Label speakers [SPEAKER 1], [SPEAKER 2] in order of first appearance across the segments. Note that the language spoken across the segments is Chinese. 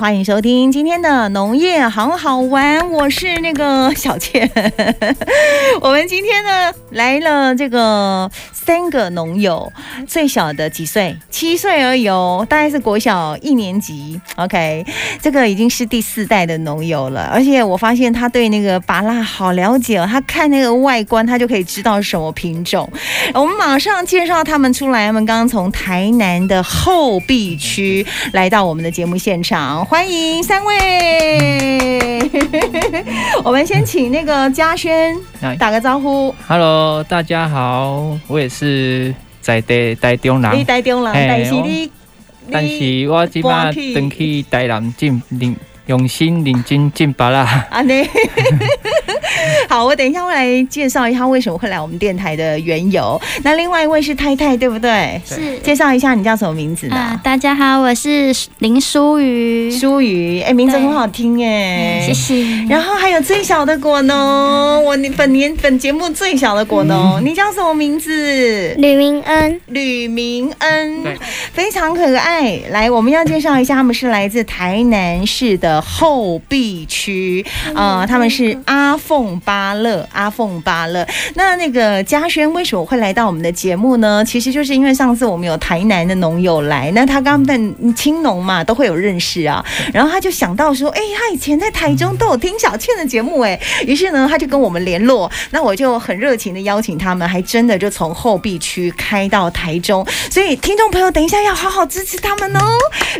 [SPEAKER 1] 欢迎收听今天的农业好好玩，我是那个小倩。 我们今天呢来了这个三个农友，最小的几岁？七岁而已哦，大概是国小一年级。OK，这个已经是第四代的农友了，而且我发现他对那个拔蜡好了解哦，他看那个外观，他就可以知道是什么品种。我们马上介绍他们出来，他们刚刚从台南的后壁区来到我们的节目现场，欢迎三位。 我们先请那个嘉轩
[SPEAKER 2] 来
[SPEAKER 1] 打个招呼，
[SPEAKER 2] Hello，大家好，我也是在地台中
[SPEAKER 1] 你
[SPEAKER 2] 人，
[SPEAKER 1] 台中人，
[SPEAKER 2] 嘿
[SPEAKER 1] 但是你
[SPEAKER 2] 但
[SPEAKER 1] 你
[SPEAKER 2] 是我即
[SPEAKER 1] 搬
[SPEAKER 2] 摆
[SPEAKER 1] 去
[SPEAKER 2] 转去台南进认用心认真进白啦。
[SPEAKER 1] 啊，你 好，我等一下会来介绍一下为什么会来我们电台的缘由。那另外一位是太太，对不对？
[SPEAKER 3] 是
[SPEAKER 1] 介绍一下你叫什么名字呢？
[SPEAKER 3] 啊、大家好，我是林淑瑜，
[SPEAKER 1] 舒瑜，哎、名字很好听哎、
[SPEAKER 3] 谢谢。
[SPEAKER 1] 然后还有最小的果农，我本年本节目最小的果
[SPEAKER 3] 嗯
[SPEAKER 1] 农，你叫什么名字？
[SPEAKER 3] 吕明恩，
[SPEAKER 1] 吕明恩
[SPEAKER 2] 对，
[SPEAKER 1] 非常可爱。来，我们要介绍一下，他们是来自台南市的后壁区，呃，他们是阿凤巴勒，阿凤巴勒。那那个嘉轩为什么会来到我们的节目呢？其实就是因为上次我们有台南的农友来，那他刚在青农嘛，都会有认识啊。然后他就想到说，哎、他以前在台中都有听小倩的节目、哎，于是呢，他就跟我们联络，那我就很热情的邀请他们，还真的就从后壁区开到台中，所以听众朋友，等一下要好好支持他们哦。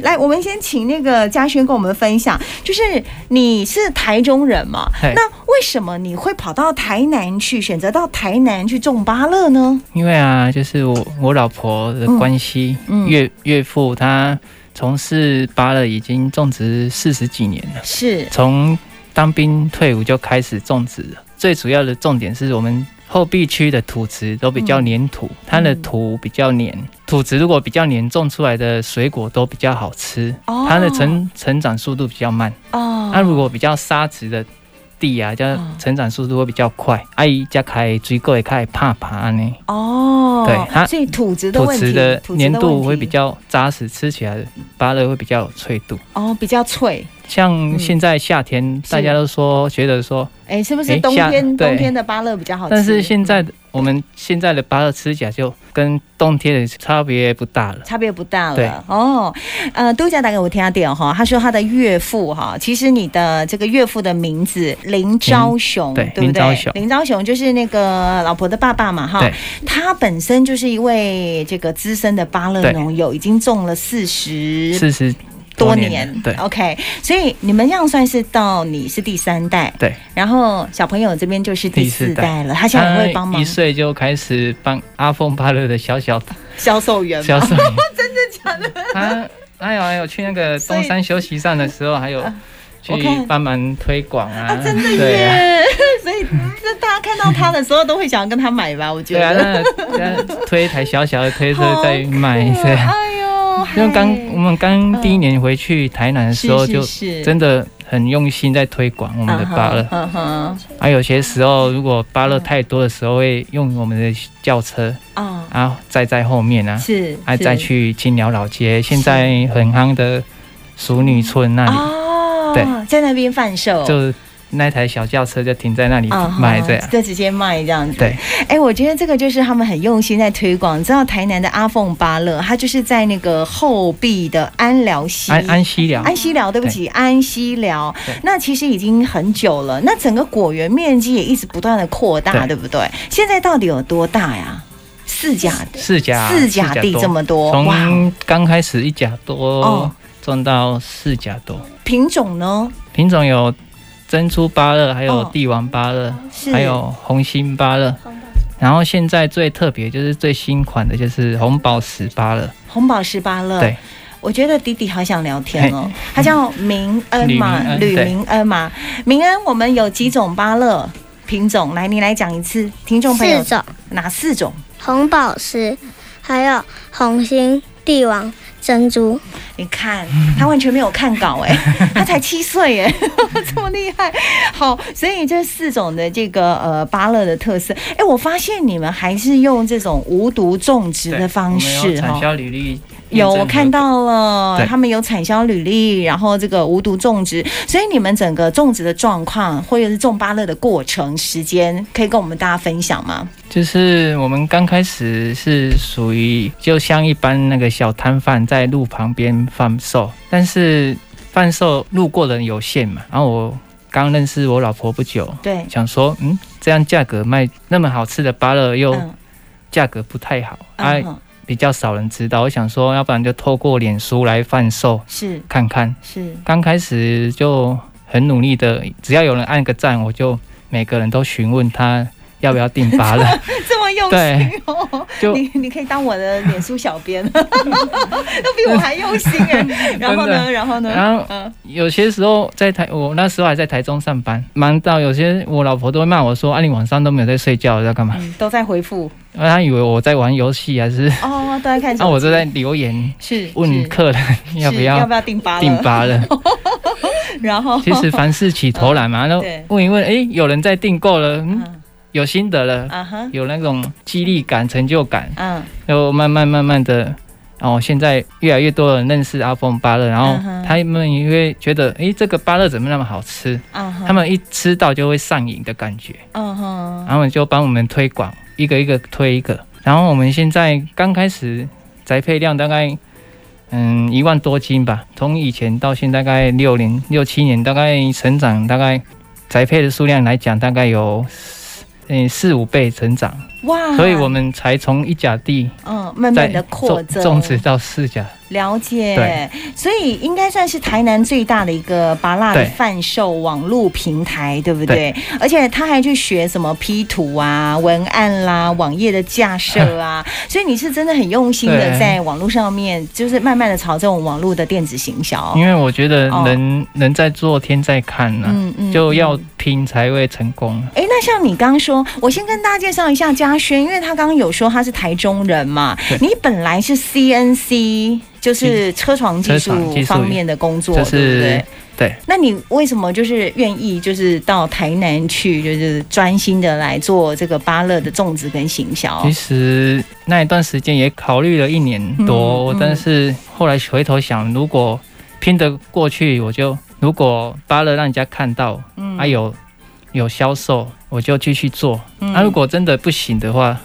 [SPEAKER 1] 来，我们先请那个嘉轩跟我们分享，就是你是台中人嘛，
[SPEAKER 2] 嘿
[SPEAKER 1] 那为什么你会跑到台南去，选择到台南去种芭乐呢？
[SPEAKER 2] 因为啊，就是我我老婆的关系，
[SPEAKER 1] 嗯嗯
[SPEAKER 2] 岳岳父他从事芭乐已经种植四十几年了，
[SPEAKER 1] 是
[SPEAKER 2] 从当兵退伍就开始种植了。最主要的重点是我们后壁区的土质都比较粘土，它的土比较黏，土质如果比较黏，种出来的水果都比较好吃。
[SPEAKER 1] 哦
[SPEAKER 2] 它的成成长速度比较慢。
[SPEAKER 1] 哦
[SPEAKER 2] 那、如果比较沙质的地啊，叫
[SPEAKER 1] 嗯
[SPEAKER 2] 成长速度会比较快。啊，伊才开水果会开怕爬安尼，
[SPEAKER 1] 哦，
[SPEAKER 2] 对它
[SPEAKER 1] 所以土质的
[SPEAKER 2] 土
[SPEAKER 1] 问题，
[SPEAKER 2] 质的
[SPEAKER 1] 土
[SPEAKER 2] 粘度会
[SPEAKER 1] 问
[SPEAKER 2] 比
[SPEAKER 1] 题
[SPEAKER 2] 较扎实，吃起来芭乐会比较有脆度。
[SPEAKER 1] 哦比较脆。嗯
[SPEAKER 2] 像现在夏天，大家都说觉得说，
[SPEAKER 1] 哎，是不是
[SPEAKER 2] 哎
[SPEAKER 1] 冬
[SPEAKER 2] 夏
[SPEAKER 1] 天
[SPEAKER 2] 对
[SPEAKER 1] 冬天的芭乐比较好吃？嗯
[SPEAKER 2] 但是现在的我们现在的芭乐吃起来就跟冬天的差别不大了。
[SPEAKER 1] 差别不大
[SPEAKER 2] 对
[SPEAKER 1] 了哦。呃，都家大概我听下点哈，他说他的岳父哈，其实你的这个岳父的名字林昭雄，
[SPEAKER 2] 嗯对
[SPEAKER 1] 不
[SPEAKER 2] 林
[SPEAKER 1] 对
[SPEAKER 2] 昭？雄
[SPEAKER 1] 林昭雄就是那个老婆的爸爸嘛哈
[SPEAKER 2] 对，
[SPEAKER 1] 他本身就是一位这个资深的巴勒
[SPEAKER 2] 对
[SPEAKER 1] 农友，已经种了四十
[SPEAKER 2] 四十
[SPEAKER 1] 多
[SPEAKER 2] 年
[SPEAKER 1] 年
[SPEAKER 2] 了，，对
[SPEAKER 1] OK，所以你们这样算是到你是第三代，
[SPEAKER 2] 对。
[SPEAKER 1] 然后小朋友这边就是第
[SPEAKER 2] 第四
[SPEAKER 1] 四
[SPEAKER 2] 代哎
[SPEAKER 1] 代了，他现在也会帮忙
[SPEAKER 2] 一岁就开始帮阿峰芭乐的小小
[SPEAKER 1] 销售员嘛
[SPEAKER 2] 销 售员，真的假的？他还有还有去那个东山休息站的时候，还有去
[SPEAKER 1] 啊我看
[SPEAKER 2] 帮忙推广啊，
[SPEAKER 1] 真的
[SPEAKER 2] 对啊，
[SPEAKER 1] 耶！ 所以那大家看到他的时候，都会想要跟他买吧？我觉
[SPEAKER 2] 对啊，
[SPEAKER 1] 得。
[SPEAKER 2] 那那推一台小小的推车
[SPEAKER 1] 好
[SPEAKER 2] 在卖，
[SPEAKER 1] 可
[SPEAKER 2] 对啊。
[SPEAKER 1] 爱哟！
[SPEAKER 2] 因为刚
[SPEAKER 1] 哎嗨嗯
[SPEAKER 2] 我们刚第一年回去台南的时候，
[SPEAKER 1] 是
[SPEAKER 2] 就是真的很用心在推广我
[SPEAKER 1] 我
[SPEAKER 2] 们的芭乐。
[SPEAKER 1] 嗯哼
[SPEAKER 2] 啊，有些时候如果芭乐太多的时候，会用我们的轿车
[SPEAKER 1] 啊，
[SPEAKER 2] 啊载在后面啊，
[SPEAKER 1] 是
[SPEAKER 2] 啊
[SPEAKER 1] 是
[SPEAKER 2] 再去青鸟老街，现在很夯的淑女村那里。
[SPEAKER 1] 哦，
[SPEAKER 2] 对，
[SPEAKER 1] 在那边贩售
[SPEAKER 2] 就那台小轿车就停在那里
[SPEAKER 1] 啊
[SPEAKER 2] 卖这样。
[SPEAKER 1] 就直接卖这样子。
[SPEAKER 2] 对，
[SPEAKER 1] 哎，我觉得这个就是他们很用心在推广。你知道台南的阿凤芭乐，它就是在那个后壁的安寮溪
[SPEAKER 2] 安安溪寮，
[SPEAKER 1] 安溪寮，对不起，安溪寮
[SPEAKER 2] 对。
[SPEAKER 1] 那其实已经很久了，那整个果园面积也一直不断的扩大，对
[SPEAKER 2] 对
[SPEAKER 1] 不对？现在到底有多大呀？四甲
[SPEAKER 2] 四甲
[SPEAKER 1] 四甲地这么多，
[SPEAKER 2] 多，
[SPEAKER 1] 哇！
[SPEAKER 2] 从刚开始一甲
[SPEAKER 1] 哦
[SPEAKER 2] 多种到四甲多，
[SPEAKER 1] 品种呢
[SPEAKER 2] 品种有珍珠芭乐，还有
[SPEAKER 1] 哦
[SPEAKER 2] 帝王芭乐，
[SPEAKER 1] 是
[SPEAKER 2] 还有红心芭乐。然后现在最特别就是最新款的，就是红宝石芭乐，
[SPEAKER 1] 红宝石芭乐。
[SPEAKER 2] 对，哎
[SPEAKER 1] 我觉得弟弟好想聊天哦。他叫明恩嘛，
[SPEAKER 2] 吕
[SPEAKER 1] 吕
[SPEAKER 2] 明恩对
[SPEAKER 1] 明恩嘛。明恩，我们有几种芭乐品种？来，你来讲一次，听众朋友
[SPEAKER 4] 四种
[SPEAKER 1] 哪四种？
[SPEAKER 4] 红宝石，还有红心、帝王、珍珠。
[SPEAKER 1] 你看，他完全没有看稿 哎、他才七岁哎、 这么厉害。好，所以这四种的这个呃芭乐的特色，哎、我发现你们还是用这种无毒种植的
[SPEAKER 2] 对
[SPEAKER 1] 方
[SPEAKER 2] 我们有
[SPEAKER 1] 式
[SPEAKER 2] 产
[SPEAKER 1] 哦。
[SPEAKER 2] 销履历
[SPEAKER 1] 有，
[SPEAKER 2] 认真
[SPEAKER 1] 我看到了，
[SPEAKER 2] 对
[SPEAKER 1] 他们有产销履历，然后这个无毒种植，所以你们整个种植的状况，或者是种芭乐的过程、时间，可以跟我们大家分享吗？
[SPEAKER 2] 就是我们刚开始是属于就像一般那个小摊贩在路旁边贩售，但是贩售路过的人有限嘛。然后我刚认识我老婆不久，
[SPEAKER 1] 对，
[SPEAKER 2] 想说嗯，这样价格卖那么好吃的芭乐又
[SPEAKER 1] 嗯，
[SPEAKER 2] 价格不太好，啊
[SPEAKER 1] 嗯，哼
[SPEAKER 2] 比较少人知道。我想说，要不然就透过脸书来贩售
[SPEAKER 1] 是
[SPEAKER 2] 看看。
[SPEAKER 1] 是，
[SPEAKER 2] 刚开始就很努力的，只要有人按个赞，我就每个人都询问他要不要订芭乐，
[SPEAKER 1] 这么用心哦。
[SPEAKER 2] 就
[SPEAKER 1] 你你可以当我的脸书小编， 都比我还用心 哎。然后呢，然后呢，
[SPEAKER 2] 然后
[SPEAKER 1] 嗯，
[SPEAKER 2] 有些时候在台，我那时候还在台中上班，忙到有些我老婆都会骂我说：“啊，你晚上都没有在睡觉，在干嘛
[SPEAKER 1] 嗯都在回复？”
[SPEAKER 2] 然后她以为我在玩游戏还是……啊
[SPEAKER 1] 哦，都在看手机。
[SPEAKER 2] 那、我就在留言
[SPEAKER 1] 是
[SPEAKER 2] 问
[SPEAKER 1] 是
[SPEAKER 2] 客人要不
[SPEAKER 1] 是要
[SPEAKER 2] 要
[SPEAKER 1] 不要订八
[SPEAKER 2] 订
[SPEAKER 1] 了？
[SPEAKER 2] 芭乐。
[SPEAKER 1] 然后
[SPEAKER 2] 其实凡事起头难嘛，然 后
[SPEAKER 1] 对
[SPEAKER 2] 问一问，诶，有人在订购了，嗯，
[SPEAKER 1] 嗯
[SPEAKER 2] 有心得了，
[SPEAKER 1] 啊哈
[SPEAKER 2] 有那种激励感、成就感，
[SPEAKER 1] 嗯
[SPEAKER 2] 然后慢慢慢慢的。然后现在越来越多人认识阿峰芭乐，然后
[SPEAKER 1] 嗯哼
[SPEAKER 2] 他们也会觉得，诶，这个芭乐怎么那么好吃？
[SPEAKER 1] 啊哈
[SPEAKER 2] 他们一啊吃到就会上瘾的感觉，
[SPEAKER 1] 嗯哼
[SPEAKER 2] 然后我们就帮我们推广，一个一个推一个。然后我们现在刚开始宅配量大概嗯一万多斤吧，从以前到现在大概六年六七年，大概成长大概宅配的数量来讲，大概有嗯四五倍成长，
[SPEAKER 1] 哇，
[SPEAKER 2] 所以我们才从一甲地
[SPEAKER 1] 嗯慢
[SPEAKER 2] 再
[SPEAKER 1] 慢嗯的扩
[SPEAKER 2] 种
[SPEAKER 1] 增
[SPEAKER 2] 种植到四甲。
[SPEAKER 1] 了解
[SPEAKER 2] 对，
[SPEAKER 1] 所以应该算是台南最大的一个拔蜡的
[SPEAKER 2] 对
[SPEAKER 1] 贩售网络平台，对不对？而且他还去学什么 P 图啊、文案啦、网页的架设啊，所以你是真的很用心的
[SPEAKER 2] 对
[SPEAKER 1] 在网络上面，就是慢慢的朝这种网络的电子行销。
[SPEAKER 2] 因为我觉得
[SPEAKER 1] 哦
[SPEAKER 2] 人、人在做天在看呐、
[SPEAKER 1] 嗯嗯
[SPEAKER 2] 就要
[SPEAKER 1] 嗯
[SPEAKER 2] 拼才会成功啊。
[SPEAKER 1] 哎，那像你刚刚说，我先跟大家介绍一下嘉轩，因为他刚刚有说他是台中人嘛，
[SPEAKER 2] 对
[SPEAKER 1] 你本来是 CNC，就是车床技术
[SPEAKER 2] 车床技术
[SPEAKER 1] 方面的工作，
[SPEAKER 2] 就是
[SPEAKER 1] 对不对？
[SPEAKER 2] 对。
[SPEAKER 1] 那你为什么就是愿意就是到台南去，就是专心的来做这个芭乐的种植跟行销
[SPEAKER 2] 其？实那一段时间也考虑了一年多，
[SPEAKER 1] 嗯嗯
[SPEAKER 2] 但是后来回头想，如果拼得过去，我就如果芭乐让人家看到，
[SPEAKER 1] 嗯
[SPEAKER 2] 还、有有销售，我就继续做。那、
[SPEAKER 1] 嗯
[SPEAKER 2] 啊如果真的不行的话，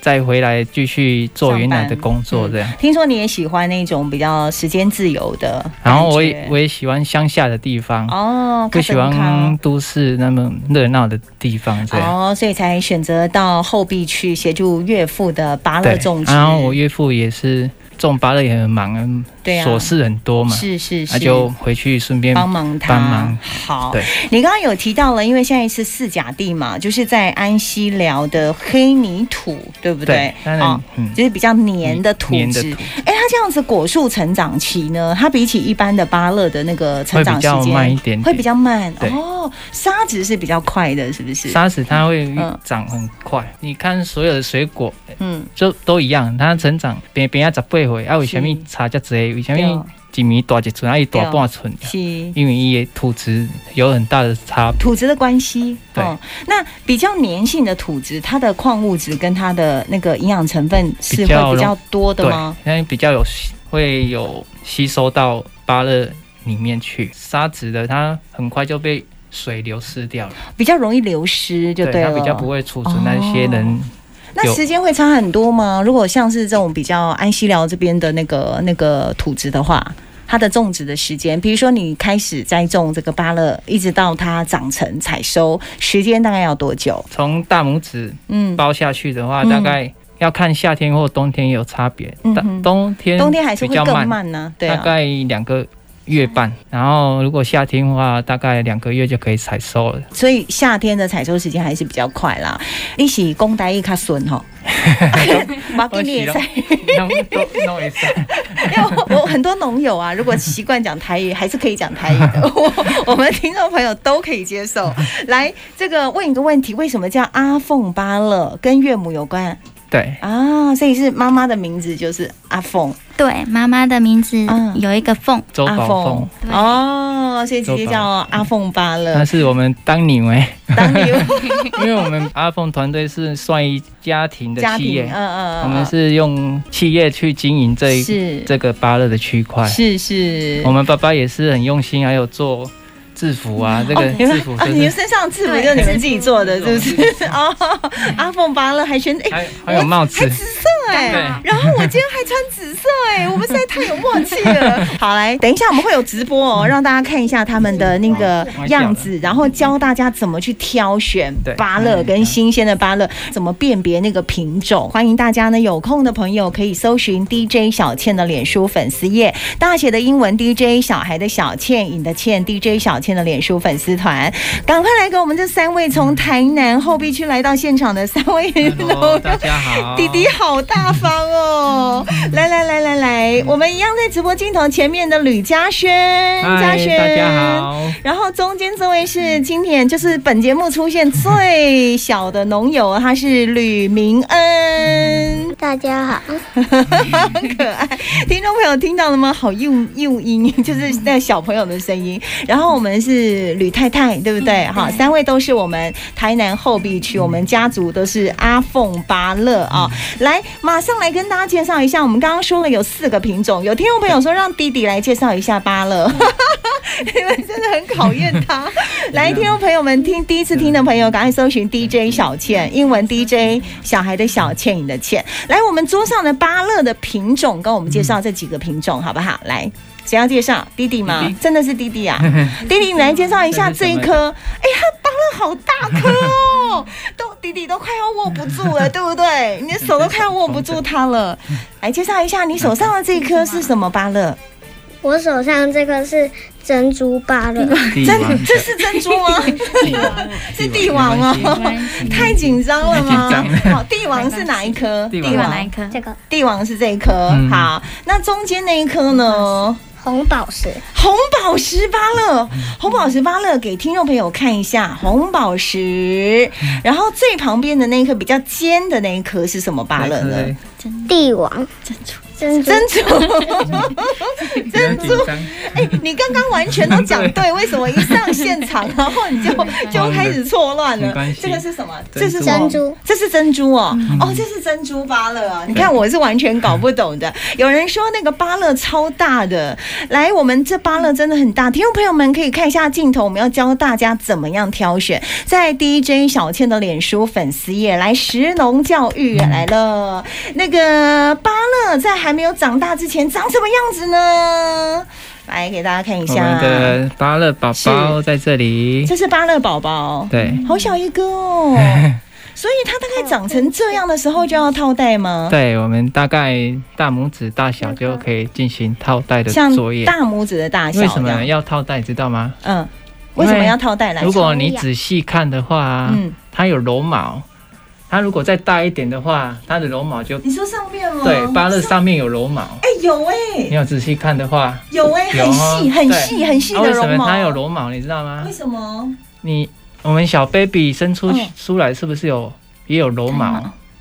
[SPEAKER 2] 再回来继续做原来的工作
[SPEAKER 1] 上班嗯
[SPEAKER 2] 这样。
[SPEAKER 1] 听说你也喜欢那种比较时间自由的感觉，
[SPEAKER 2] 然后我也我也喜欢乡下的地方，
[SPEAKER 1] 哦，
[SPEAKER 2] 不喜
[SPEAKER 1] 卡森康
[SPEAKER 2] 欢都市那么热闹的地方这样。
[SPEAKER 1] 哦，所以才选择到后壁去协助岳父的芭乐
[SPEAKER 2] 对
[SPEAKER 1] 种，植。
[SPEAKER 2] 然后我岳父也是种芭乐也很忙，嗯
[SPEAKER 1] 对啊
[SPEAKER 2] 琐事很多嘛。
[SPEAKER 1] 是是是，
[SPEAKER 2] 那就回去顺便
[SPEAKER 1] 帮忙他。
[SPEAKER 2] 帮忙
[SPEAKER 1] 好
[SPEAKER 2] 对，
[SPEAKER 1] 你刚刚有提到了，因为现在是四甲地嘛，就是在安溪寮的黑泥土，对不对？
[SPEAKER 2] 当然、
[SPEAKER 1] 哦
[SPEAKER 2] 嗯，
[SPEAKER 1] 就是比较黏的土
[SPEAKER 2] 黏的
[SPEAKER 1] 质
[SPEAKER 2] 土，
[SPEAKER 1] 哎，它这样子果树成长期呢，它比起一般的芭乐的那个成
[SPEAKER 2] 会
[SPEAKER 1] 长
[SPEAKER 2] 比
[SPEAKER 1] 时
[SPEAKER 2] 较
[SPEAKER 1] 间
[SPEAKER 2] 慢一点点，
[SPEAKER 1] 会比较慢
[SPEAKER 2] 对
[SPEAKER 1] 哦，沙子是比较快的，是不是？
[SPEAKER 2] 沙子它会
[SPEAKER 1] 嗯
[SPEAKER 2] 长很快。你看所有的水果
[SPEAKER 1] 嗯，
[SPEAKER 2] 就都一样，它成长别别啊十八岁，啊为什么差遮多？为什
[SPEAKER 1] 对
[SPEAKER 2] 么一米大一寸，啊一大半寸？
[SPEAKER 1] 是。
[SPEAKER 2] 因为伊的土质有很大的差别。
[SPEAKER 1] 土质的关系。
[SPEAKER 2] 对
[SPEAKER 1] 哦，那比较粘性的土质，它的矿物质跟它的那个营养成分是
[SPEAKER 2] 比较
[SPEAKER 1] 会
[SPEAKER 2] 容
[SPEAKER 1] 比较多的
[SPEAKER 2] 对
[SPEAKER 1] 吗？，
[SPEAKER 2] 因为比较有吸会有吸收到芭乐里面去，沙子的它很快就被水流失掉了，
[SPEAKER 1] 比较容易流失就
[SPEAKER 2] 它
[SPEAKER 1] 了。
[SPEAKER 2] 比较不会储存那些
[SPEAKER 1] 哦
[SPEAKER 2] 能
[SPEAKER 1] 那
[SPEAKER 2] 有
[SPEAKER 1] 时间会差很多吗？如果像是这种比较安溪寮这边的那个那个土质的话。它的种植的时间，比如说你开始栽种这个芭乐，一直到它长成采收，时间大概要多久？
[SPEAKER 2] 从大拇指
[SPEAKER 1] 嗯，
[SPEAKER 2] 包下去的话，
[SPEAKER 1] 嗯
[SPEAKER 2] 大概要看夏天或冬天有差别。
[SPEAKER 1] 嗯
[SPEAKER 2] 大
[SPEAKER 1] 哼
[SPEAKER 2] 冬天
[SPEAKER 1] 冬天还是
[SPEAKER 2] 比
[SPEAKER 1] 会
[SPEAKER 2] 较
[SPEAKER 1] 更慢呢、对
[SPEAKER 2] 大
[SPEAKER 1] 啊，
[SPEAKER 2] 概两个月半。然后如果夏天的话，大概两个月就可以采收了。
[SPEAKER 1] 所以夏天的采收时间还是比较快啦。你是公呆一卡笋 吼，我给你也在，
[SPEAKER 2] 哦弄弄弄一下，
[SPEAKER 1] 因为我我很多农友啊，如果习惯讲台语，还是可以讲台语 的。我我们听众朋友都可以接受。来，这个问一个问题，为什么叫阿凤芭乐？跟岳母有关？
[SPEAKER 2] 对，
[SPEAKER 1] 啊，所以是妈妈的名字就是阿凤，
[SPEAKER 3] 对，妈妈的名字
[SPEAKER 1] 嗯
[SPEAKER 3] 有一个凤，
[SPEAKER 2] 周
[SPEAKER 1] 阿
[SPEAKER 2] 宝凤，
[SPEAKER 3] 对
[SPEAKER 1] 哦，所以直接
[SPEAKER 2] 周宝
[SPEAKER 1] 叫阿凤巴
[SPEAKER 2] 那
[SPEAKER 1] 乐。
[SPEAKER 2] 是我们当你为，
[SPEAKER 1] 当你有
[SPEAKER 2] 因为我们阿凤团队是算一家庭的
[SPEAKER 1] 家
[SPEAKER 2] 企
[SPEAKER 1] 庭，
[SPEAKER 2] 业
[SPEAKER 1] 嗯，嗯，嗯
[SPEAKER 2] 我们是用企业去经营这一
[SPEAKER 1] 是
[SPEAKER 2] 这个芭乐的区块。
[SPEAKER 1] 是是
[SPEAKER 2] 我。们爸爸也是很用心，还有做制服啊，这个
[SPEAKER 1] 你
[SPEAKER 2] 制
[SPEAKER 1] 们
[SPEAKER 2] 服
[SPEAKER 1] 啊，你
[SPEAKER 2] 就
[SPEAKER 1] 们
[SPEAKER 2] 是
[SPEAKER 1] 身上的制服
[SPEAKER 3] 对
[SPEAKER 1] 就是你们自己做的，是不
[SPEAKER 2] 制
[SPEAKER 1] 是？ 哦，阿凤巴乐还选哎，
[SPEAKER 2] 还还有帽子，
[SPEAKER 1] 对
[SPEAKER 2] 对
[SPEAKER 1] 然后我今天还穿紫色哎、我们实在太有默契 了。好，来，等一下我们会有直播哦，让大家看一下他嗯们的那个样子，然后教大家怎么去挑选
[SPEAKER 2] 对
[SPEAKER 1] 芭乐跟新鲜的芭乐，怎么辨别那个品种。欢迎大家呢，有空的朋友可以搜寻 DJ 小倩的脸书粉丝页，大写的英文 DJ 小孩的小倩，尹的倩 DJ 小倩的脸书粉丝团，赶快来给我们这三位从台南后壁区来到现场的三位
[SPEAKER 2] Hello，大家好，
[SPEAKER 1] 弟弟好大方哦！来来来来来，我们一样在直播镜头前面的吕嘉轩，嘉
[SPEAKER 2] 嗨，
[SPEAKER 1] 轩，
[SPEAKER 2] 大家。好，
[SPEAKER 1] 然后中间这位是今天就是本节目出现最小的农友，他是吕明恩，
[SPEAKER 4] 大家好，
[SPEAKER 1] 很可爱。听众朋友听到了吗？好用用音，就是那个小朋友的声音。然后我们是吕太太，对不
[SPEAKER 4] 嗯
[SPEAKER 1] 对？哈，三位都是我们台南后壁区，我们家族都是阿凤巴乐啊、
[SPEAKER 4] 嗯
[SPEAKER 1] 来，马上来跟大家介绍一下，我们刚刚说了有四个品种，有听众朋友说让弟弟来介绍一下芭乐，你们 真的很考验 他。来，听众朋友们听第一次听的朋友，赶快搜寻 DJ 小倩，英文 DJ 小孩的小倩，你的倩。来，我们桌上的芭乐的品种，跟我们介绍这几个品种好不好？来。谁要介绍弟弟吗？
[SPEAKER 2] 弟弟
[SPEAKER 1] 真的是弟弟啊！ 弟弟，你来介绍一下
[SPEAKER 2] 这
[SPEAKER 1] 这
[SPEAKER 2] 是
[SPEAKER 1] 一
[SPEAKER 2] 什么
[SPEAKER 1] 颗。哎呀，芭乐好大颗哦， 都弟弟都快要握不住了，对不对？你的手都快要握不住它了。来介绍一下，你手上的这一颗是什么芭乐？
[SPEAKER 4] 我手上这个是珍珠芭乐，
[SPEAKER 2] 弟
[SPEAKER 1] 真
[SPEAKER 2] 王
[SPEAKER 1] 这是珍珠 吗？ 是帝王
[SPEAKER 2] 没关
[SPEAKER 1] 哦。
[SPEAKER 2] 系
[SPEAKER 1] 太紧张了吗？
[SPEAKER 2] 太紧
[SPEAKER 1] 好，帝王是哪一颗？
[SPEAKER 2] 帝王
[SPEAKER 3] 地往哪一颗？
[SPEAKER 4] 这个
[SPEAKER 1] 帝王是这一颗。
[SPEAKER 2] 嗯
[SPEAKER 1] 好，那中间那一颗呢？
[SPEAKER 4] 红宝石，
[SPEAKER 1] 红宝石芭乐，
[SPEAKER 2] 嗯
[SPEAKER 1] 红宝石芭乐给听众朋友看一下，红宝石。
[SPEAKER 2] 嗯
[SPEAKER 1] 然后最旁边的那一颗比较尖的那一颗是什么芭乐呢？
[SPEAKER 4] 帝王珍珠，
[SPEAKER 1] 珍珠，
[SPEAKER 2] 珍珠，
[SPEAKER 1] 哎、你刚刚完全都 讲对，为什么一上现场，然后你就就开始错乱
[SPEAKER 2] 没
[SPEAKER 1] 了
[SPEAKER 2] 关？系
[SPEAKER 1] 这个是什么？这
[SPEAKER 2] 珍
[SPEAKER 1] 是什
[SPEAKER 2] 珠嗯
[SPEAKER 1] 么
[SPEAKER 4] 珍珠，
[SPEAKER 1] 这是珍珠哦，哦，这是珍珠芭乐啊！你看我是完全搞不懂的。有人说那个芭乐超大的，来，我们这芭乐真的很大。听众朋友们可以看一下镜头，我们要教大家怎么样挑选。在 DJ 小倩的脸书粉丝页来石农教育也来了，那个芭乐在还没有长大之前长什么样子呢？来给大家看一
[SPEAKER 2] 我
[SPEAKER 1] 下
[SPEAKER 2] 们，的芭乐宝宝在这里，
[SPEAKER 1] 这是芭乐宝宝，
[SPEAKER 2] 对
[SPEAKER 1] 好小一个 哦。所以它大概长成这样的时候就要套袋吗？
[SPEAKER 2] 对，我们大概大拇指大小就可以进行套袋的
[SPEAKER 1] 像
[SPEAKER 2] 作业。
[SPEAKER 1] 大拇指的大小。
[SPEAKER 2] 为什么？要套袋？知道吗？
[SPEAKER 1] 嗯，为什么要套袋来？
[SPEAKER 2] 如果啊你仔细看的话，
[SPEAKER 1] 嗯，
[SPEAKER 2] 它有绒毛，它如果再大一点的话，它的绒毛就
[SPEAKER 1] 你说上面吗？
[SPEAKER 2] 对，芭乐
[SPEAKER 1] 上。
[SPEAKER 2] 上面有绒毛。
[SPEAKER 1] 哦啊哎，有哎，
[SPEAKER 2] 你有仔细看的话，
[SPEAKER 1] 有哎，
[SPEAKER 2] 有
[SPEAKER 1] 很
[SPEAKER 2] 哦
[SPEAKER 1] 细，很细，很细
[SPEAKER 2] 啊
[SPEAKER 1] 的
[SPEAKER 2] 为什
[SPEAKER 1] 绒
[SPEAKER 2] 么
[SPEAKER 1] 毛。
[SPEAKER 2] 它有绒毛？你知道吗
[SPEAKER 1] 为？什么？
[SPEAKER 2] 你我们小 baby 生出
[SPEAKER 1] 嗯
[SPEAKER 2] 出来是不是有也有绒
[SPEAKER 3] 胎
[SPEAKER 2] 毛，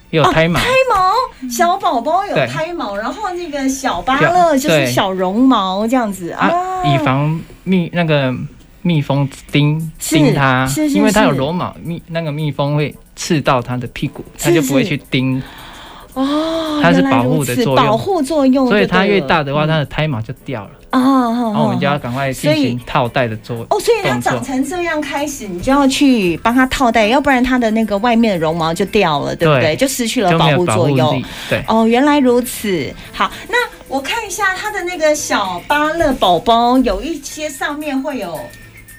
[SPEAKER 2] 也有
[SPEAKER 1] 哦
[SPEAKER 2] 胎毛？
[SPEAKER 1] 胎毛，小宝宝有
[SPEAKER 2] 对
[SPEAKER 1] 胎毛，然后那个小芭乐就是
[SPEAKER 2] 对
[SPEAKER 1] 小绒毛这样子
[SPEAKER 2] 啊，以防蜜那个蜜蜂叮
[SPEAKER 1] 是
[SPEAKER 2] 叮它
[SPEAKER 1] 是，是
[SPEAKER 2] 因为它有
[SPEAKER 1] 是
[SPEAKER 2] 绒毛，蜜那个蜜蜂会刺到它的屁股，它
[SPEAKER 1] 是
[SPEAKER 2] 就不会
[SPEAKER 1] 是
[SPEAKER 2] 去叮，
[SPEAKER 1] 哦，
[SPEAKER 2] 它是
[SPEAKER 1] 原来
[SPEAKER 2] 保护
[SPEAKER 1] 如此
[SPEAKER 2] 的作用
[SPEAKER 1] 保护作用就哦
[SPEAKER 2] 所
[SPEAKER 1] 对
[SPEAKER 2] 以
[SPEAKER 1] 了。
[SPEAKER 2] 它越大的话，它的胎毛就掉了，
[SPEAKER 1] 啊，然
[SPEAKER 2] 然后我们就要赶快进行套袋的作
[SPEAKER 1] 哦，所以它
[SPEAKER 2] 动
[SPEAKER 1] 长
[SPEAKER 2] 作。
[SPEAKER 1] 成这样开始，你就要去帮它套袋，要不然它的那个外面的绒毛就掉了，对不对？
[SPEAKER 2] 对
[SPEAKER 1] 就失去了
[SPEAKER 2] 就
[SPEAKER 1] 保
[SPEAKER 2] 没有
[SPEAKER 1] 护
[SPEAKER 2] 保
[SPEAKER 1] 作
[SPEAKER 2] 护
[SPEAKER 1] 用
[SPEAKER 2] 力。，对，
[SPEAKER 1] 哦，原来如此。好，那我看一下它的那个小芭乐宝宝，有一些上面会有。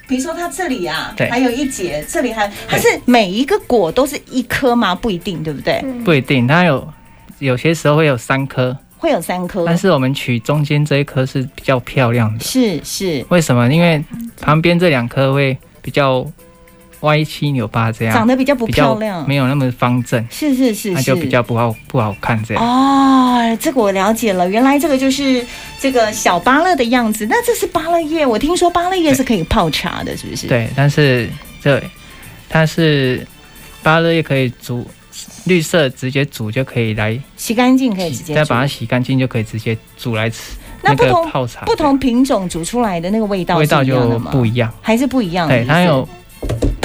[SPEAKER 1] 比如说它这里啊，
[SPEAKER 2] 对
[SPEAKER 1] 还有一节，这里还它
[SPEAKER 2] 对
[SPEAKER 1] 是每一个果都是一颗吗？不一定，对不对？
[SPEAKER 2] 不一定，它有有些时候会有三颗，
[SPEAKER 1] 会有三颗，
[SPEAKER 2] 但是我们取中间这一颗是比较漂亮的。
[SPEAKER 1] 是是
[SPEAKER 2] 为什么？因为旁边这两颗会比较歪七扭八，这
[SPEAKER 1] 长
[SPEAKER 2] 样
[SPEAKER 1] 得比较不
[SPEAKER 2] 啊比较
[SPEAKER 1] 漂亮，
[SPEAKER 2] 没有那么方正，
[SPEAKER 1] 是是是
[SPEAKER 2] 那
[SPEAKER 1] 是，
[SPEAKER 2] 就比较不好不好看这样。
[SPEAKER 1] 哦，这个我了解了，原来这个就是这个小芭乐的样子。那这是芭乐叶，我听说芭乐叶是可以泡茶的，是不是？，
[SPEAKER 2] 对，但是对，它是芭乐也可以煮绿色直接煮就可以来
[SPEAKER 1] 洗干净可以直
[SPEAKER 2] 洗，
[SPEAKER 1] 接
[SPEAKER 2] 再
[SPEAKER 1] 煮
[SPEAKER 2] 把它洗干净就可以直接煮来吃。
[SPEAKER 1] 那不
[SPEAKER 2] 个
[SPEAKER 1] 同
[SPEAKER 2] 泡茶
[SPEAKER 1] 不同品种煮出来的那个味道
[SPEAKER 2] 啊味道
[SPEAKER 1] 是一样
[SPEAKER 2] 就
[SPEAKER 1] 的吗？
[SPEAKER 2] 不一样。
[SPEAKER 1] 还是不一样的意
[SPEAKER 2] 对，
[SPEAKER 1] 思，
[SPEAKER 2] 它有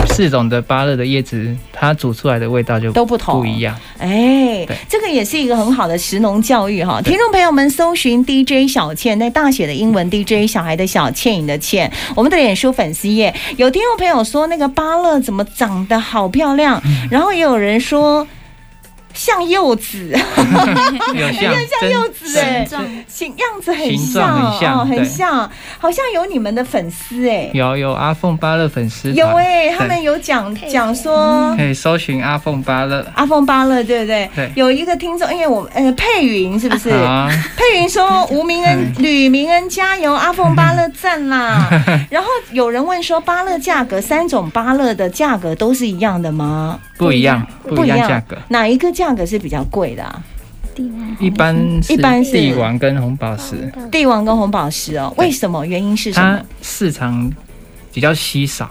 [SPEAKER 2] 四种的芭乐的叶子，它煮出来的味道就
[SPEAKER 1] 都不同，
[SPEAKER 2] 不一样。
[SPEAKER 1] 哎
[SPEAKER 2] 对，
[SPEAKER 1] 这个也是一个很好的食农教育哈。
[SPEAKER 2] 对
[SPEAKER 1] 听众朋友们，搜寻 DJ 小倩，那大写的英文 DJ 小孩的小倩影的倩，我们的脸书粉丝页有听众朋友说那个芭乐怎么长得好漂亮，
[SPEAKER 2] 嗯
[SPEAKER 1] 然后也有人说。像柚子， 哦
[SPEAKER 2] 有像像
[SPEAKER 1] 柚子哎
[SPEAKER 3] 形状
[SPEAKER 1] 形样子很
[SPEAKER 2] 形
[SPEAKER 1] 像，
[SPEAKER 2] 状很像
[SPEAKER 1] 哦，很
[SPEAKER 2] 对
[SPEAKER 1] 像，好像有你们的粉丝哎、
[SPEAKER 2] 有有阿凤芭乐粉丝团
[SPEAKER 1] 有哎、他
[SPEAKER 2] 对嗯
[SPEAKER 1] 们有讲讲说，
[SPEAKER 2] 可以搜寻阿凤芭乐。
[SPEAKER 1] 阿凤芭乐，对不对？
[SPEAKER 2] 对
[SPEAKER 1] 有一个听众，因为我们呃佩云是不是？
[SPEAKER 2] 啊，
[SPEAKER 1] 佩云说：“吴明恩、吕明恩加油，阿凤芭乐赞 啦。”然后有人问说：“芭乐价格，三种芭乐的价格都是一样的吗
[SPEAKER 2] 不一样，
[SPEAKER 1] 不
[SPEAKER 2] 不
[SPEAKER 1] 一
[SPEAKER 2] 一
[SPEAKER 1] 样
[SPEAKER 2] 样价格？”。
[SPEAKER 1] 哪一个价格是比较贵的、啊？
[SPEAKER 2] 一般
[SPEAKER 1] 一般是
[SPEAKER 2] 帝王跟红宝石，
[SPEAKER 1] 帝王跟红宝石哦，
[SPEAKER 2] 对
[SPEAKER 1] 为什么？原因是什
[SPEAKER 2] 它
[SPEAKER 1] 么？
[SPEAKER 2] 市场比较稀少。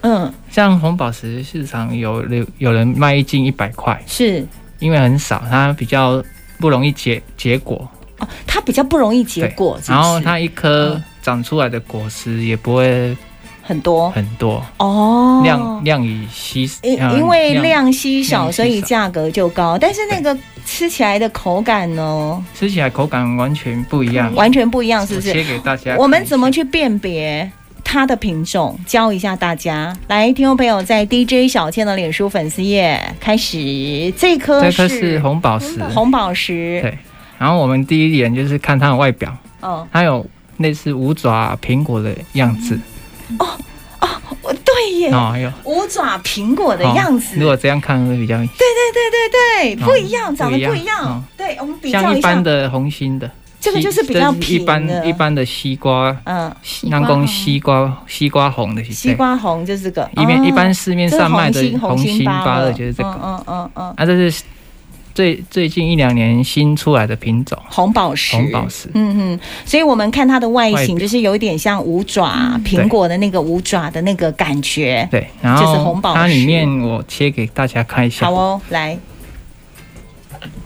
[SPEAKER 1] 嗯，
[SPEAKER 2] 像红宝石市场有有有人卖一斤一百块，
[SPEAKER 1] 是
[SPEAKER 2] 因为很少，它比较不容易结结果，
[SPEAKER 1] 哦，它比较不容易结
[SPEAKER 2] 对
[SPEAKER 1] 果，是不
[SPEAKER 2] 然后
[SPEAKER 1] 是
[SPEAKER 2] 它一颗
[SPEAKER 1] 嗯
[SPEAKER 2] 长出来的果实也不会
[SPEAKER 1] 很多
[SPEAKER 2] 很多，
[SPEAKER 1] 哦，
[SPEAKER 2] 量量以稀，
[SPEAKER 1] 因因为
[SPEAKER 2] 量
[SPEAKER 1] 量稀少，
[SPEAKER 2] 量稀
[SPEAKER 1] 所以
[SPEAKER 2] 少
[SPEAKER 1] 价格就高。但是那个吃起来的口感呢，
[SPEAKER 2] 吃起来口感完全不一样，
[SPEAKER 1] 完全不一样，是不是
[SPEAKER 2] 我？切给大家看一下，
[SPEAKER 1] 我们怎么去辨别它的品种？教一下大家。来，听众朋友，在 DJ 小倩的脸书粉丝页开始，这颗
[SPEAKER 2] 这颗是红宝石，
[SPEAKER 1] 嗯红宝石，
[SPEAKER 2] 对然后我们第一眼就是看它的外表，
[SPEAKER 1] 嗯，
[SPEAKER 2] 它有类似五爪苹果的样子，
[SPEAKER 1] 哦，对耶，
[SPEAKER 2] 哦，还有
[SPEAKER 1] 五爪苹果 的
[SPEAKER 2] 哦
[SPEAKER 1] 样子，
[SPEAKER 2] 如果这样看会比较
[SPEAKER 1] 对对对对对，
[SPEAKER 2] 哦
[SPEAKER 1] 不一样，长得
[SPEAKER 2] 不一样
[SPEAKER 1] 不一样
[SPEAKER 2] 哦。
[SPEAKER 1] 对，我们比较
[SPEAKER 2] 像
[SPEAKER 1] 一
[SPEAKER 2] 一般
[SPEAKER 1] 下，
[SPEAKER 2] 的红心的，
[SPEAKER 1] 这个就是比较
[SPEAKER 2] 这是一
[SPEAKER 1] 平的，
[SPEAKER 2] 般一。般的西瓜，
[SPEAKER 1] 嗯，
[SPEAKER 2] 南宫西瓜西瓜红的
[SPEAKER 1] 西
[SPEAKER 2] 西。
[SPEAKER 1] 瓜红就是这个，
[SPEAKER 2] 一面
[SPEAKER 1] 哦
[SPEAKER 2] 一般市面
[SPEAKER 1] 这是
[SPEAKER 2] 上卖的
[SPEAKER 1] 红心
[SPEAKER 2] 红心芭乐就是这个，
[SPEAKER 1] 嗯嗯嗯嗯，
[SPEAKER 2] 啊，这是最最近一两年新出来的品种
[SPEAKER 1] 红宝石，
[SPEAKER 2] 红宝石，
[SPEAKER 1] 嗯嗯，所以我们看它的外
[SPEAKER 2] 外
[SPEAKER 1] 形，
[SPEAKER 2] 表
[SPEAKER 1] 就是有一点像五爪苹果的那个五爪的那个感觉。
[SPEAKER 2] 对，然
[SPEAKER 1] 就是红
[SPEAKER 2] 后
[SPEAKER 1] 宝石
[SPEAKER 2] 它里面我切给大家看一下，
[SPEAKER 1] 好哦，来，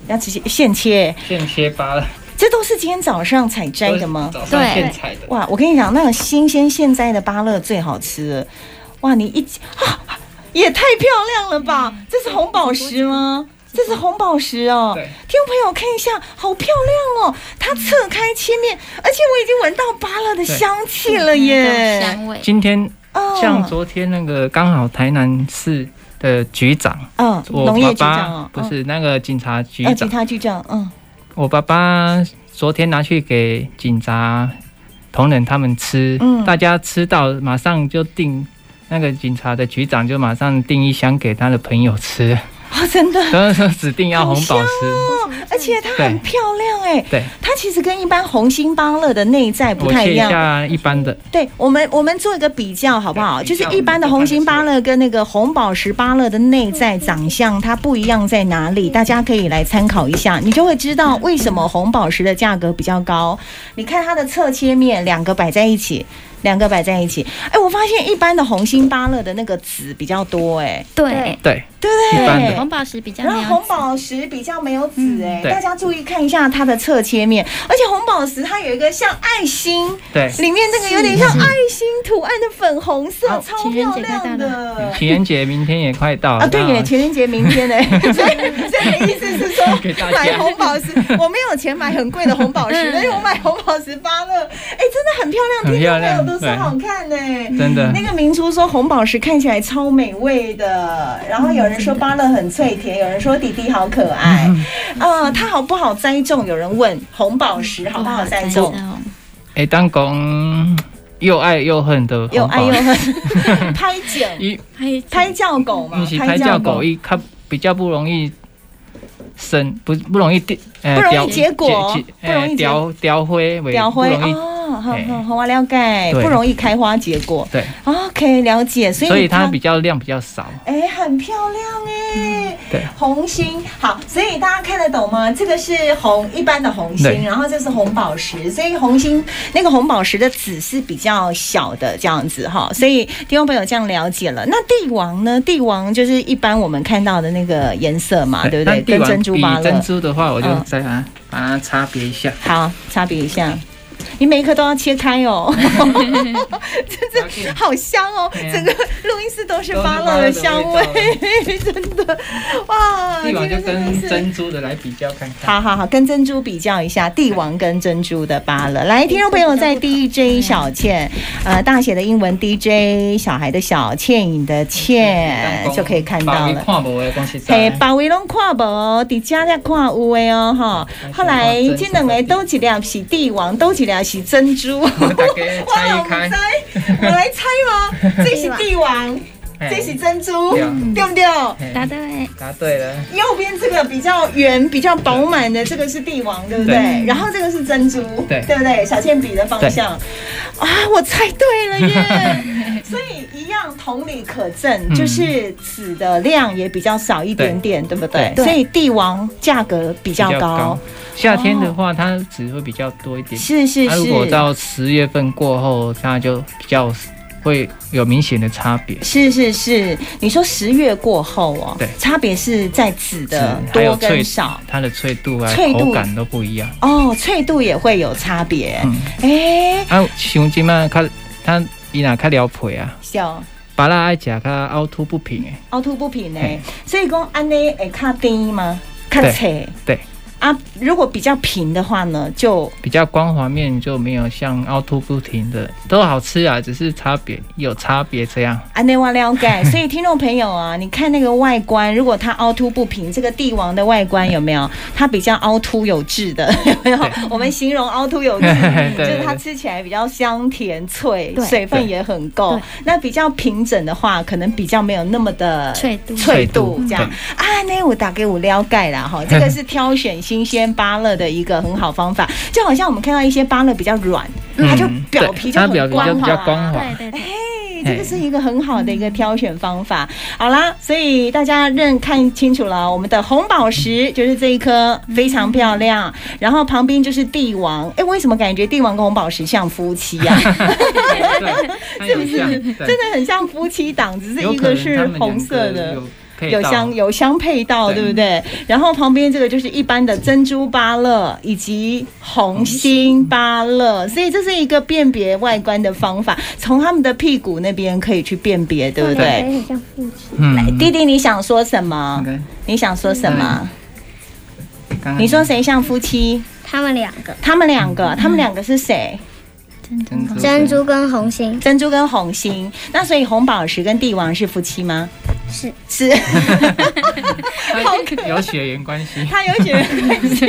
[SPEAKER 1] 要直接现切，
[SPEAKER 2] 现切芭乐，
[SPEAKER 1] 这都是今天早上采摘的吗？
[SPEAKER 2] 早
[SPEAKER 3] 上对现
[SPEAKER 2] 采的，
[SPEAKER 1] 哇，我跟你讲，那种新鲜现摘的芭乐最好吃了。哇，你一啊，也太漂亮了吧！这是红宝石吗？这是红宝石哦，
[SPEAKER 2] 对
[SPEAKER 1] 听众朋友看一下，好漂亮哦！它侧开切面，而且我已经闻到芭乐的
[SPEAKER 2] 对
[SPEAKER 1] 香气了耶！
[SPEAKER 3] 香味，
[SPEAKER 2] 今天
[SPEAKER 1] 哦
[SPEAKER 2] 像昨天那个刚好台南市的局长，
[SPEAKER 1] 嗯，
[SPEAKER 2] 我
[SPEAKER 1] 农业
[SPEAKER 2] 爸
[SPEAKER 1] 局长哦
[SPEAKER 2] 爸，不是那个警察局
[SPEAKER 1] 嗯，呃，其
[SPEAKER 2] 长，
[SPEAKER 1] 他局长，嗯，
[SPEAKER 2] 我爸爸昨天拿去给警察同仁他们吃，
[SPEAKER 1] 嗯
[SPEAKER 2] 大家吃到马上就订。那个警察的局长就马上订一箱给他的朋友吃，
[SPEAKER 1] 哦，真的，
[SPEAKER 2] 然后说指定要红宝
[SPEAKER 1] 好
[SPEAKER 2] 石，
[SPEAKER 1] 哦，而且它很
[SPEAKER 2] 对
[SPEAKER 1] 漂亮哎，
[SPEAKER 2] 对，
[SPEAKER 1] 它其实跟一般红心芭乐的内在不
[SPEAKER 2] 我
[SPEAKER 1] 太
[SPEAKER 2] 切
[SPEAKER 1] 一
[SPEAKER 2] 一
[SPEAKER 1] 样。
[SPEAKER 2] 下一般的，
[SPEAKER 1] 对我们，我们做一个比较好不好？
[SPEAKER 2] 对
[SPEAKER 1] 就是
[SPEAKER 2] 比较
[SPEAKER 1] 一般的红心芭乐跟那个红宝石芭乐的内在长相，它不一样在哪里？大家可以来参考一下，你就会知道为什么红宝石的价格比较高。你看它的侧切面，两个摆在一起，两个摆在一起。哎，我发现一般的红心芭乐的那个籽比较多哎，
[SPEAKER 3] 对，
[SPEAKER 2] 对，
[SPEAKER 1] 对不对？
[SPEAKER 2] 一般的
[SPEAKER 3] 红宝石比较
[SPEAKER 1] 然
[SPEAKER 3] 没
[SPEAKER 1] 后
[SPEAKER 3] 有
[SPEAKER 1] 红宝石比较没有籽哎、
[SPEAKER 2] 嗯对
[SPEAKER 1] 大家注意看一下它的侧切面，而且红宝石它有一个像爱心，
[SPEAKER 3] 哎
[SPEAKER 2] 对，
[SPEAKER 1] 里面那个有点像爱心图案的粉红色，超漂亮
[SPEAKER 3] 情人节
[SPEAKER 1] 的。
[SPEAKER 2] 情人节明天也快到了
[SPEAKER 1] 啊，对耶，
[SPEAKER 2] 那
[SPEAKER 1] 情人节明 天呢，所以所以意思是说
[SPEAKER 2] 给大家
[SPEAKER 1] 买红宝石，我没有钱买很贵的红宝石，
[SPEAKER 3] 嗯
[SPEAKER 1] 但是我买红宝石芭乐，哎，真的很漂亮，
[SPEAKER 2] 很
[SPEAKER 1] 听众
[SPEAKER 2] 漂
[SPEAKER 1] 朋友
[SPEAKER 2] 亮
[SPEAKER 1] 都说
[SPEAKER 2] 对
[SPEAKER 1] 好看呢。
[SPEAKER 2] 真的
[SPEAKER 1] 那个明珠说红宝石看起来超美味的，然后有人说芭乐很脆甜，有人说弟弟好可爱。
[SPEAKER 2] 嗯
[SPEAKER 1] 呃，它好不好栽种？有人问红宝石好不好栽种？
[SPEAKER 2] 哎，当公又爱又恨的
[SPEAKER 1] 又
[SPEAKER 2] 红
[SPEAKER 1] 爱
[SPEAKER 2] 宝
[SPEAKER 1] 又
[SPEAKER 2] 石，
[SPEAKER 1] 恨，拍景
[SPEAKER 2] 一
[SPEAKER 3] 拍
[SPEAKER 1] 拍叫狗嘛
[SPEAKER 2] 你，是拍叫狗，一它比较不容易生，不不容易掉，呃呃
[SPEAKER 1] 不容易
[SPEAKER 2] 凋
[SPEAKER 1] 结果
[SPEAKER 2] 结结
[SPEAKER 1] 不容易结
[SPEAKER 2] 呃凋凋灰为，
[SPEAKER 1] 表
[SPEAKER 2] 不
[SPEAKER 1] 灰
[SPEAKER 2] 容易
[SPEAKER 1] 哦，好
[SPEAKER 2] 哎
[SPEAKER 1] 好好，我了解，
[SPEAKER 2] 对
[SPEAKER 1] 不容易开花结果。哦
[SPEAKER 2] 对，
[SPEAKER 1] OK，了解，所以
[SPEAKER 2] 所以它
[SPEAKER 1] 它
[SPEAKER 2] 比较量比较少。
[SPEAKER 1] 哎很漂亮哎，
[SPEAKER 2] 嗯对，
[SPEAKER 1] 红心好，所以大家看得懂吗？这个是红一般的红心，
[SPEAKER 2] 对
[SPEAKER 1] 然后这是红宝石，所以红心那个红宝石的籽是比较小的这样子哈，所以听众朋友这样了解了。那帝王呢？帝王就是一般我们看到的那个颜色嘛，啊对不对？
[SPEAKER 2] 但帝
[SPEAKER 1] 跟
[SPEAKER 2] 王
[SPEAKER 1] 珍珠
[SPEAKER 2] 比
[SPEAKER 1] 芭乐
[SPEAKER 2] 珍。珠的话，我就
[SPEAKER 1] 嗯
[SPEAKER 2] 再把它把它差别 一下。
[SPEAKER 1] 好，差别一下。你每一颗都要切开 哦，好香哦！
[SPEAKER 2] 对啊
[SPEAKER 1] 整个录音室都是芭乐的香味，真的哇！
[SPEAKER 2] 帝王就
[SPEAKER 1] 这个真
[SPEAKER 2] 跟
[SPEAKER 1] 的是
[SPEAKER 2] 珍珠的来比较看看。
[SPEAKER 1] 好好好，跟珍珠比较一下，帝王跟珍珠的芭乐。来，听众朋友，在 DJ 小倩，呃，大写的英文 DJ，小孩的小，倩影的倩，哎就可以看到了。
[SPEAKER 2] 看无的东西
[SPEAKER 1] 嘿，哦把围拢看无，伫遮才看有诶哦吼。后来这两个都一粒啊是帝王，都一粒啊是珍珠。我
[SPEAKER 2] 我们大家猜
[SPEAKER 1] 哪
[SPEAKER 2] 一
[SPEAKER 1] 有
[SPEAKER 2] 猜
[SPEAKER 1] 知，我来猜 吗？这是帝王，这是珍珠，
[SPEAKER 2] 对啊
[SPEAKER 1] 对不对？
[SPEAKER 3] 答
[SPEAKER 2] 嘿
[SPEAKER 3] 对，
[SPEAKER 2] 答对了，
[SPEAKER 1] 右边这个比较圆、比较饱满的，这个是帝王，对不对？
[SPEAKER 2] 对
[SPEAKER 1] 然后这个是珍珠，
[SPEAKER 2] 对
[SPEAKER 1] 对不对？小倩比的方向，啊，我猜对了 耶！所以一样，同理可证，
[SPEAKER 2] 嗯
[SPEAKER 1] 就是籽的量也比较少一点点，对不对？
[SPEAKER 3] 对
[SPEAKER 1] 所以帝王价格比较高，。
[SPEAKER 2] 夏天的话，它籽会比较多一点。啊
[SPEAKER 1] 是哦是
[SPEAKER 2] 它如果
[SPEAKER 1] 是。
[SPEAKER 2] 到十月份过后，它就比较会有明显的差别。
[SPEAKER 1] 是是是，你说十月过后哦，
[SPEAKER 2] 对
[SPEAKER 1] 差别是在籽的
[SPEAKER 2] 籽还有
[SPEAKER 1] 多
[SPEAKER 2] 脆
[SPEAKER 1] 跟少
[SPEAKER 2] 它的脆度啊
[SPEAKER 1] 脆、度
[SPEAKER 2] 口感都不一样。
[SPEAKER 1] 哦，脆度也会有差别。
[SPEAKER 2] 嗯，
[SPEAKER 1] 哎、
[SPEAKER 2] 啊，像即嘛较它伊若较了皮啊，
[SPEAKER 1] 小、
[SPEAKER 2] 芭拉爱食较凹凸不平诶。
[SPEAKER 1] 凹凸不平呢、
[SPEAKER 2] 嘿
[SPEAKER 1] 所以讲安尼会较低吗？较脆。
[SPEAKER 2] 对
[SPEAKER 1] 啊，如果比较平的话呢，就
[SPEAKER 2] 比较光滑面就没有像凹凸不平的都好吃啊，只是差别有差别这样。
[SPEAKER 1] 安内我了 解。所以听众朋友啊，你看那个外观，如果它凹凸不平，这个帝王的外观有没有？它比较凹凸有致 的，有没有？我们形容凹凸有致嗯就
[SPEAKER 2] 对，对
[SPEAKER 1] 是它
[SPEAKER 2] 对
[SPEAKER 1] 吃起来比较香甜脆，
[SPEAKER 3] 对
[SPEAKER 1] 水分也很够
[SPEAKER 3] 对。
[SPEAKER 1] 那比较平整的话，可能比较没有那么的
[SPEAKER 3] 脆度
[SPEAKER 1] 脆度这样
[SPEAKER 2] 对
[SPEAKER 1] 啊，那我打给我撩盖啦哈，这个是挑选新鲜芭乐的一个很好方法，就好像我们看到一些芭乐比较软，
[SPEAKER 2] 嗯
[SPEAKER 1] 它就表皮就
[SPEAKER 2] 对它表
[SPEAKER 1] 很
[SPEAKER 2] 皮就
[SPEAKER 1] 光
[SPEAKER 2] 比
[SPEAKER 1] 滑，
[SPEAKER 2] 较光滑
[SPEAKER 3] 对。对对，
[SPEAKER 1] 嘿这个是一个很好的一个挑选方法。好啦，所以大家认看清楚了，我们的红宝石就是这一颗，非常漂亮。然后旁边就是帝王，哎，为什么感觉帝王跟红宝石像夫妻呀、
[SPEAKER 2] 对，
[SPEAKER 1] 是不是真的很像夫妻档，只是一个是红色的。有相有相配到，
[SPEAKER 2] 对
[SPEAKER 1] 对不对？然后旁边这个就是一般的珍珠芭乐以及红心芭乐，所以这是一个辨别外观的方法，从他们的屁股那边可以去辨别，对不对？
[SPEAKER 4] 很像父亲。
[SPEAKER 1] 来，
[SPEAKER 2] 嗯，
[SPEAKER 1] 弟弟，你想说什么？
[SPEAKER 2] OK，
[SPEAKER 1] 你想说什么？
[SPEAKER 2] 刚刚
[SPEAKER 1] 你说谁像夫妻？
[SPEAKER 4] 他们两个，
[SPEAKER 1] 他们两个，他们两个是谁？
[SPEAKER 3] 珍珠
[SPEAKER 2] 珍珠
[SPEAKER 3] 红
[SPEAKER 4] 珍珠跟红心
[SPEAKER 1] 珍珠跟红心。那所以红宝石跟帝王是夫妻吗？
[SPEAKER 4] 是
[SPEAKER 1] 是。
[SPEAKER 2] 有血缘关 系，
[SPEAKER 1] 他有血缘关 系。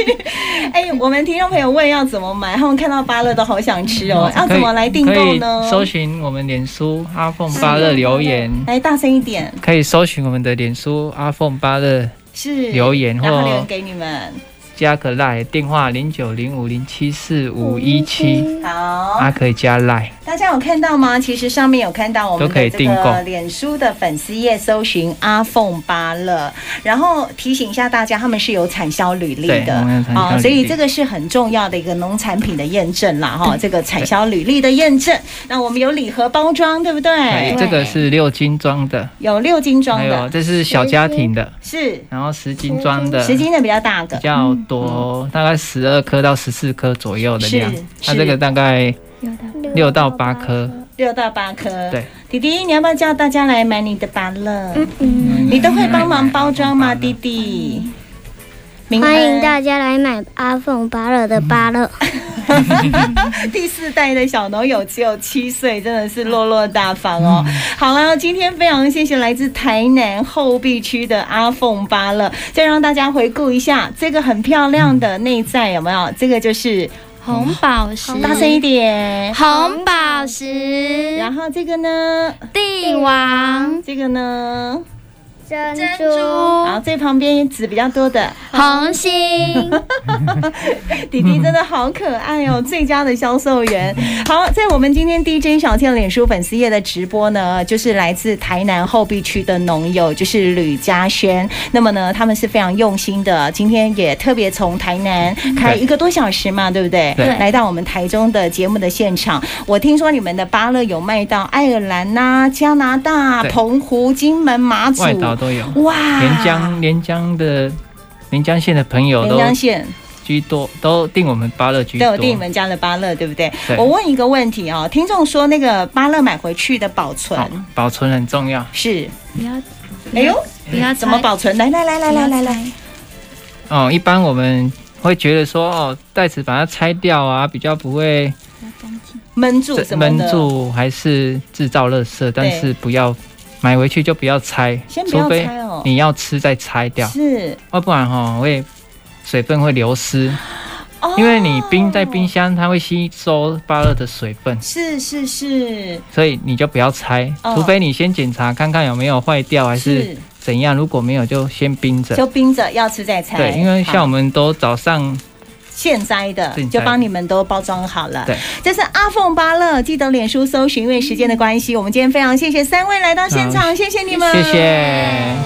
[SPEAKER 1] 哎、我们听众朋友问要怎么买，他们看到芭乐都好想吃哦，要怎么来订购
[SPEAKER 2] 嗯可以
[SPEAKER 1] 呢？
[SPEAKER 2] 搜寻我们脸书阿凤巴乐留言，
[SPEAKER 1] 来大声一点，
[SPEAKER 2] 可以搜寻我们的脸书阿凤巴乐
[SPEAKER 1] 是
[SPEAKER 2] 留言
[SPEAKER 1] 然后留言
[SPEAKER 2] 或
[SPEAKER 1] 给你们。
[SPEAKER 2] 加个赖电话零九零五零七四五一七，
[SPEAKER 1] 好，
[SPEAKER 2] 啊可以加赖。
[SPEAKER 1] 大家有看到吗？其实上面有看到我们
[SPEAKER 2] 都可
[SPEAKER 1] 的
[SPEAKER 2] 以
[SPEAKER 1] 这
[SPEAKER 2] 订购
[SPEAKER 1] 个脸书的粉丝页，搜寻阿凤芭乐，然后提醒一下大家，他们是有产销履历
[SPEAKER 2] 对
[SPEAKER 1] 的哦
[SPEAKER 2] 我们有产销履历
[SPEAKER 1] 所以这个是很重要的一个农产品的验证啦，哈，这个产销履历的验证。那我们有礼盒包装，对不对
[SPEAKER 2] 对，？哎这个是六斤装的，
[SPEAKER 1] 有六斤装
[SPEAKER 2] 还有
[SPEAKER 1] 的，
[SPEAKER 2] 这是小家庭的，
[SPEAKER 1] 是
[SPEAKER 2] 然后十斤装的，
[SPEAKER 1] 十斤的比较大
[SPEAKER 2] 比
[SPEAKER 1] 个，
[SPEAKER 2] 较多，大概十二颗到十四颗左右的量
[SPEAKER 1] 嗯是。
[SPEAKER 2] 它
[SPEAKER 1] 是
[SPEAKER 2] 这个大概
[SPEAKER 3] 有的
[SPEAKER 2] 六到八颗，
[SPEAKER 1] 六到八颗。
[SPEAKER 2] 对，
[SPEAKER 1] 弟弟，你要不要叫大家来买你的芭乐？
[SPEAKER 4] 嗯，
[SPEAKER 1] 你都会帮忙包装吗，
[SPEAKER 2] 嗯
[SPEAKER 1] 弟弟？明
[SPEAKER 4] 欢迎
[SPEAKER 1] 恩
[SPEAKER 4] 大家来买阿凤芭乐的芭乐，
[SPEAKER 1] 第四代的小农友只有七岁，真的是落落大方哦。
[SPEAKER 2] 嗯
[SPEAKER 1] 好了，今天非常谢谢来自台南后壁区的阿凤芭乐，再让大家回顾一下这个很漂亮的
[SPEAKER 2] 嗯
[SPEAKER 1] 内在有没有？这个就是
[SPEAKER 3] 红宝石，
[SPEAKER 4] 嗯
[SPEAKER 1] 大声一点，
[SPEAKER 3] 红宝石，
[SPEAKER 1] 然后这个呢？
[SPEAKER 3] 帝王，
[SPEAKER 1] 这个呢？
[SPEAKER 4] 珍
[SPEAKER 3] 珍
[SPEAKER 4] 珠、
[SPEAKER 1] 好，
[SPEAKER 3] 珠、
[SPEAKER 1] 最旁边籽比较多的
[SPEAKER 3] 红心，
[SPEAKER 1] 弟弟真的好可爱
[SPEAKER 2] 嗯
[SPEAKER 1] 哦，最佳的销售员。好，在我们今天 DJ 小倩脸书粉丝页的直播呢，就是来自台南后壁区的农友，就是吕嘉轩。那么呢，他们是非常用心的，今天也特别从台南开一个多小时嘛，对不对？
[SPEAKER 2] 嗯对
[SPEAKER 1] 来到我们台中的节目的现场。我听说你们的芭乐有卖到爱尔兰呐、加拿大、
[SPEAKER 2] 对
[SPEAKER 1] 澎湖、金门、马祖，
[SPEAKER 2] 外岛都有，
[SPEAKER 1] 哇，
[SPEAKER 2] 连江连江的连江县的朋友
[SPEAKER 1] 啊连
[SPEAKER 2] 都
[SPEAKER 1] 江县。
[SPEAKER 2] 居多，都订我们芭乐居
[SPEAKER 1] 对，
[SPEAKER 2] 多
[SPEAKER 1] 我。订你们家的芭乐，对不对？
[SPEAKER 2] 对
[SPEAKER 1] 我问一个问题哦，听众说那个芭乐买回去的保存、
[SPEAKER 2] 好保存很重要。
[SPEAKER 1] 是，
[SPEAKER 3] 不要
[SPEAKER 1] 哎呦，
[SPEAKER 3] 不要
[SPEAKER 1] 怎么保存？来来来来来来来，
[SPEAKER 2] 哦，一般我们会觉得说，哦，袋子把它拆掉啊，比较不会
[SPEAKER 1] 闷住
[SPEAKER 2] 这
[SPEAKER 1] 什么的，
[SPEAKER 2] 闷住，还是制造垃圾，但
[SPEAKER 1] 对
[SPEAKER 2] 是不要买回去就不要拆，
[SPEAKER 1] 先不
[SPEAKER 2] 除
[SPEAKER 1] 要
[SPEAKER 2] 非
[SPEAKER 1] 拆哦。
[SPEAKER 2] 你要吃再拆掉，
[SPEAKER 1] 是，
[SPEAKER 2] 要啊不然哈、会水分会流失，
[SPEAKER 1] 哦
[SPEAKER 2] 因为你冰在冰。箱，它会吸收芭乐的水分，
[SPEAKER 1] 是是是
[SPEAKER 2] 所以你就不要拆，
[SPEAKER 1] 哦
[SPEAKER 2] 除非你先检查看看有没有坏掉还是怎样，如果没有就先冰着。
[SPEAKER 1] 就冰着要吃再拆。
[SPEAKER 2] 对，因为像我
[SPEAKER 1] 好
[SPEAKER 2] 们都早上
[SPEAKER 1] 现摘的
[SPEAKER 2] 现，摘
[SPEAKER 1] 就帮你们都包装好了。
[SPEAKER 2] 对，
[SPEAKER 1] 这是阿凤芭乐，记得脸书搜寻，因为时间的关系，我们今天非常谢谢三位来到现场，谢谢你们，
[SPEAKER 2] 嗯谢谢。